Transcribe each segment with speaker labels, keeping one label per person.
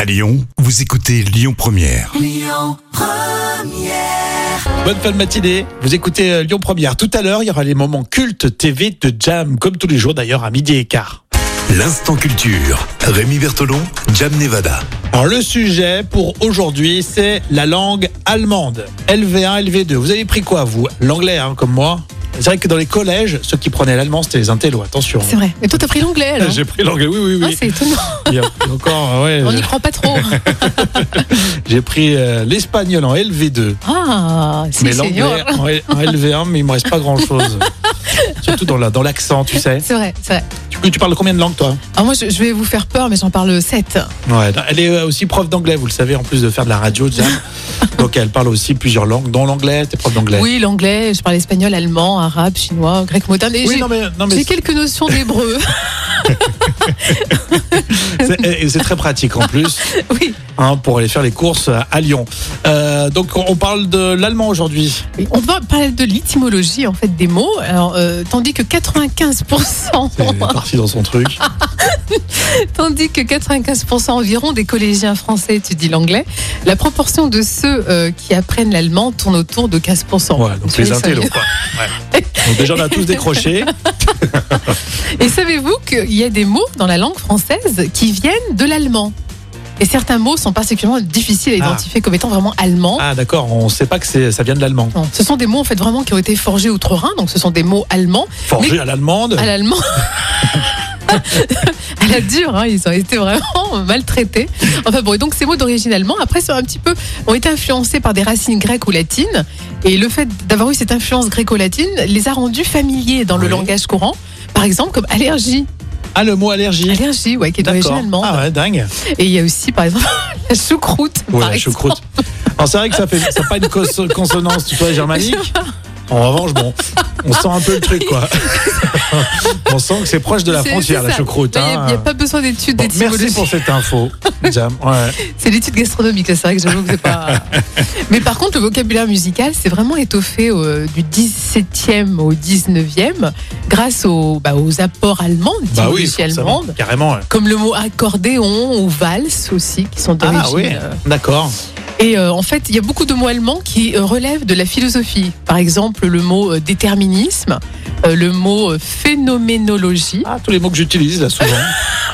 Speaker 1: À Lyon, vous écoutez Lyon Première.
Speaker 2: Bonne fin de matinée. Vous écoutez euh, Lyon Première. Tout à l'heure, il y aura les moments cultes TV de Jam, comme tous les jours d'ailleurs à midi et quart.
Speaker 1: L'instant culture. Rémi Bertolon, Jam Nevada.
Speaker 2: Alors le sujet pour aujourd'hui, c'est la langue allemande. LV1, LV2. Vous avez pris quoi vous L'anglais, hein, comme moi. C'est vrai que dans les collèges, ceux qui prenaient l'allemand, c'était les intellos. Attention.
Speaker 3: C'est vrai. Mais toi, t'as pris l'anglais alors
Speaker 2: J'ai pris l'anglais. Oui, oui,
Speaker 3: Ah,
Speaker 2: oui.
Speaker 3: C'est étonnant.
Speaker 2: Il y a- il y a encore, euh, ouais,
Speaker 3: On n'y croit pas trop.
Speaker 2: j'ai pris euh, l'espagnol en LV2.
Speaker 3: Ah, si,
Speaker 2: mais
Speaker 3: senior.
Speaker 2: l'anglais en L- en LV1, mais il me reste pas grand chose. Surtout dans la- dans l'accent, tu sais.
Speaker 3: C'est vrai, c'est vrai.
Speaker 2: Tu, tu parles combien de langues, toi
Speaker 3: Alors moi, je, je vais vous faire peur, mais j'en parle 7.
Speaker 2: Ouais, elle est euh, aussi prof d'anglais, vous le savez, en plus de faire de la radio, Jam. Donc elle parle aussi plusieurs langues, dont l'anglais, t'es prof d'anglais.
Speaker 3: Oui, l'anglais, je parle espagnol, allemand, arabe, chinois, grec moderne. Et
Speaker 2: Oui,
Speaker 3: j'ai-
Speaker 2: non mais, non, mais
Speaker 3: j'ai quelques notions d'hébreu.
Speaker 2: c'est- et c'est très pratique en plus
Speaker 3: oui.
Speaker 2: hein, pour aller faire les courses à à Lyon. Euh, donc on parle de l'allemand aujourd'hui.
Speaker 3: Oui. On va parler de l'étymologie en fait des mots. Alors, euh, tandis que 95%,
Speaker 2: Elle est partie dans son truc.
Speaker 3: tandis que 95% environ des collégiens français étudient l'anglais, la proportion de ceux euh, qui apprennent l'allemand tourne autour de 15%.
Speaker 2: Ouais, donc
Speaker 3: Soyez
Speaker 2: les intellos
Speaker 3: Oh. sérieux.
Speaker 2: quoi. Ouais. Donc déjà on a tous décroché.
Speaker 3: Et savez-vous qu'il y a des mots dans la langue française qui viennent de l'allemand Et certains mots sont particulièrement difficiles à
Speaker 2: Ah.
Speaker 3: identifier comme étant vraiment allemands.
Speaker 2: Ah d'accord, on sait pas que c'est ça vient de l'allemand.
Speaker 3: Non, Ce sont des mots en fait vraiment qui ont été forgés outre-Rhin, donc ce sont des mots allemands
Speaker 2: Forgé à l'allemande.
Speaker 3: à l'allemand. à la dure, hein, ils ont été vraiment maltraités. Enfin bon, et donc ces mots d'origine allemande, après, sont un petit peu, ont été influencés par des racines grecques ou latines. Et le fait d'avoir eu cette influence gréco-latine les a rendus familiers dans le
Speaker 2: Oui.
Speaker 3: langage courant. Par exemple, comme allergie.
Speaker 2: Ah le mot allergie.
Speaker 3: Allergie, ouais, qui est d'origine
Speaker 2: D'accord.
Speaker 3: allemande.
Speaker 2: Ah ouais, dingue.
Speaker 3: Et il y a aussi, par exemple, la choucroute.
Speaker 2: Ouais,
Speaker 3: par
Speaker 2: la
Speaker 3: exemple.
Speaker 2: choucroute. Alors c'est vrai que ça fait ça a pas une cons- consonance, tu vois, germanique. En revanche, bon, on sent un peu le truc, quoi. on sent que c'est proche de la
Speaker 3: C'est-
Speaker 2: frontière,
Speaker 3: c'est
Speaker 2: la
Speaker 3: ça.
Speaker 2: choucroute.
Speaker 3: Il n'y a,
Speaker 2: hein.
Speaker 3: il y a pas besoin d'études
Speaker 2: Bon,
Speaker 3: d'étymologie.
Speaker 2: merci pour cette info, Jam. Ouais.
Speaker 3: C'est l'étude gastronomique, c'est vrai que j'avoue que c'est pas. Mais par contre, le vocabulaire musical s'est vraiment étoffé euh, du 17e au 19e grâce aux, bah, aux apports allemands, d'étymologie
Speaker 2: Bah forcément,
Speaker 3: allemande,
Speaker 2: carrément. ouais.
Speaker 3: comme le mot accordéon ou valse aussi, qui sont d'origine.
Speaker 2: Ah oui,
Speaker 3: euh,
Speaker 2: d'accord.
Speaker 3: Et euh, en fait, il y a beaucoup de mots allemands qui euh, relèvent de la philosophie. Par exemple, le mot euh, déterminisme, euh, le mot euh, phénoménologie.
Speaker 2: Ah, tous les mots que j'utilise là souvent.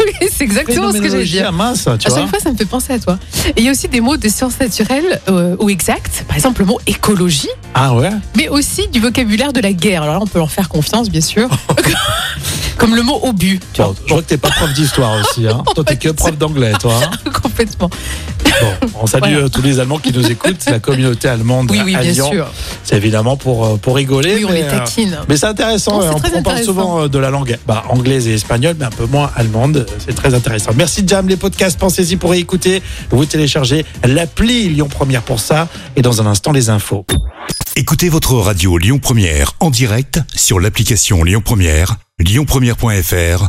Speaker 3: Oui, c'est exactement ce que j'allais
Speaker 2: Phénoménologie,
Speaker 3: dire.
Speaker 2: ah, mince, tu
Speaker 3: À chaque
Speaker 2: vois.
Speaker 3: fois, ça me fait penser à toi. Et il y a aussi des mots de sciences naturelles euh, ou exactes, par exemple le mot écologie,
Speaker 2: Ah ouais.
Speaker 3: mais aussi du vocabulaire de la guerre. Alors là, on peut leur faire confiance, bien sûr. Comme le mot obus, tu vois,
Speaker 2: Bon, je vois que t'es pas prof d'histoire aussi. Hein. Toi, t'es que prof d'anglais, toi. hein.
Speaker 3: complètement.
Speaker 2: Bon, on salue
Speaker 3: Voilà.
Speaker 2: euh, tous les Allemands qui nous écoutent, la communauté allemande
Speaker 3: Oui, oui,
Speaker 2: à
Speaker 3: bien
Speaker 2: Lyon.
Speaker 3: sûr.
Speaker 2: C'est évidemment pour, euh, pour rigoler.
Speaker 3: Oui, on
Speaker 2: mais,
Speaker 3: les
Speaker 2: euh,
Speaker 3: taquine.
Speaker 2: Mais c'est intéressant, hein,
Speaker 3: Non, c'est
Speaker 2: on,
Speaker 3: très
Speaker 2: on parle
Speaker 3: intéressant.
Speaker 2: souvent euh, de la langue bah, anglaise et espagnole, mais un peu moins allemande. euh, C'est très intéressant. Merci Jam, les podcasts, pensez-y pour écouter. Vous téléchargez l'appli Lyon Première pour ça. Et dans un instant, les infos.
Speaker 1: Écoutez votre radio Lyon Première en direct sur l'application Lyon Première, lyonpremière.fr